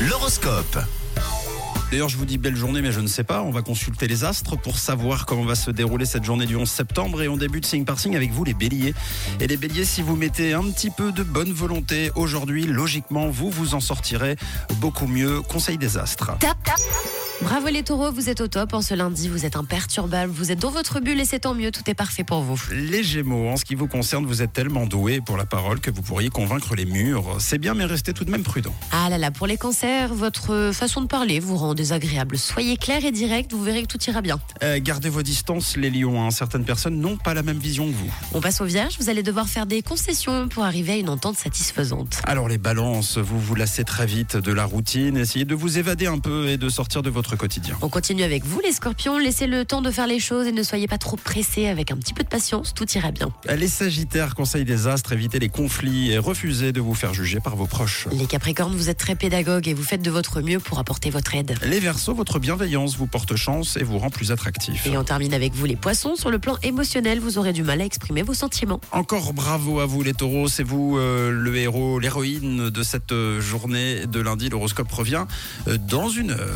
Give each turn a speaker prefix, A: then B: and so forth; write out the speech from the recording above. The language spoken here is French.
A: L'horoscope.
B: D'ailleurs, je vous dis belle journée, mais je ne sais pas. On va consulter les astres pour savoir comment va se dérouler cette journée du 11 septembre. Et on débute signe par signe avec vous, les béliers. Et les béliers, si vous mettez un petit peu de bonne volonté aujourd'hui, logiquement, vous vous en sortirez beaucoup mieux. Conseil des astres.
C: Tap, tap. Bravo les taureaux, vous êtes au top en ce lundi, vous êtes imperturbable, vous êtes dans votre bulle et c'est tant mieux, tout est parfait pour vous.
B: Les Gémeaux, en ce qui vous concerne, vous êtes tellement doués pour la parole que vous pourriez convaincre les murs. C'est bien, mais restez tout de même prudent.
C: Ah là là, pour les cancers, votre façon de parler vous rend désagréable. Soyez clair et direct, vous verrez que tout ira bien.
B: Euh, gardez vos distances, les lions. hein. Certaines personnes n'ont pas la même vision que vous.
C: On passe aux vierges, vous allez devoir faire des concessions pour arriver à une entente satisfaisante.
B: Alors les balances, vous vous lassez très vite de la routine, essayez de vous évader un peu et de sortir de votre quotidien.
C: On continue avec vous les scorpions, laissez le temps de faire les choses et ne soyez pas trop pressés avec un petit peu de patience, tout ira bien.
B: Les sagittaires, conseil des astres, évitez les conflits et refusez de vous faire juger par vos proches.
C: Les capricornes, vous êtes très pédagogues et vous faites de votre mieux pour apporter votre aide.
B: Les versos, votre bienveillance vous porte chance et vous rend plus attractif.
C: Et on termine avec vous les poissons, sur le plan émotionnel, vous aurez du mal à exprimer vos sentiments.
B: Encore bravo à vous les taureaux, c'est vous euh, le héros, l'héroïne de cette euh, journée de lundi. L'horoscope revient euh, dans une heure.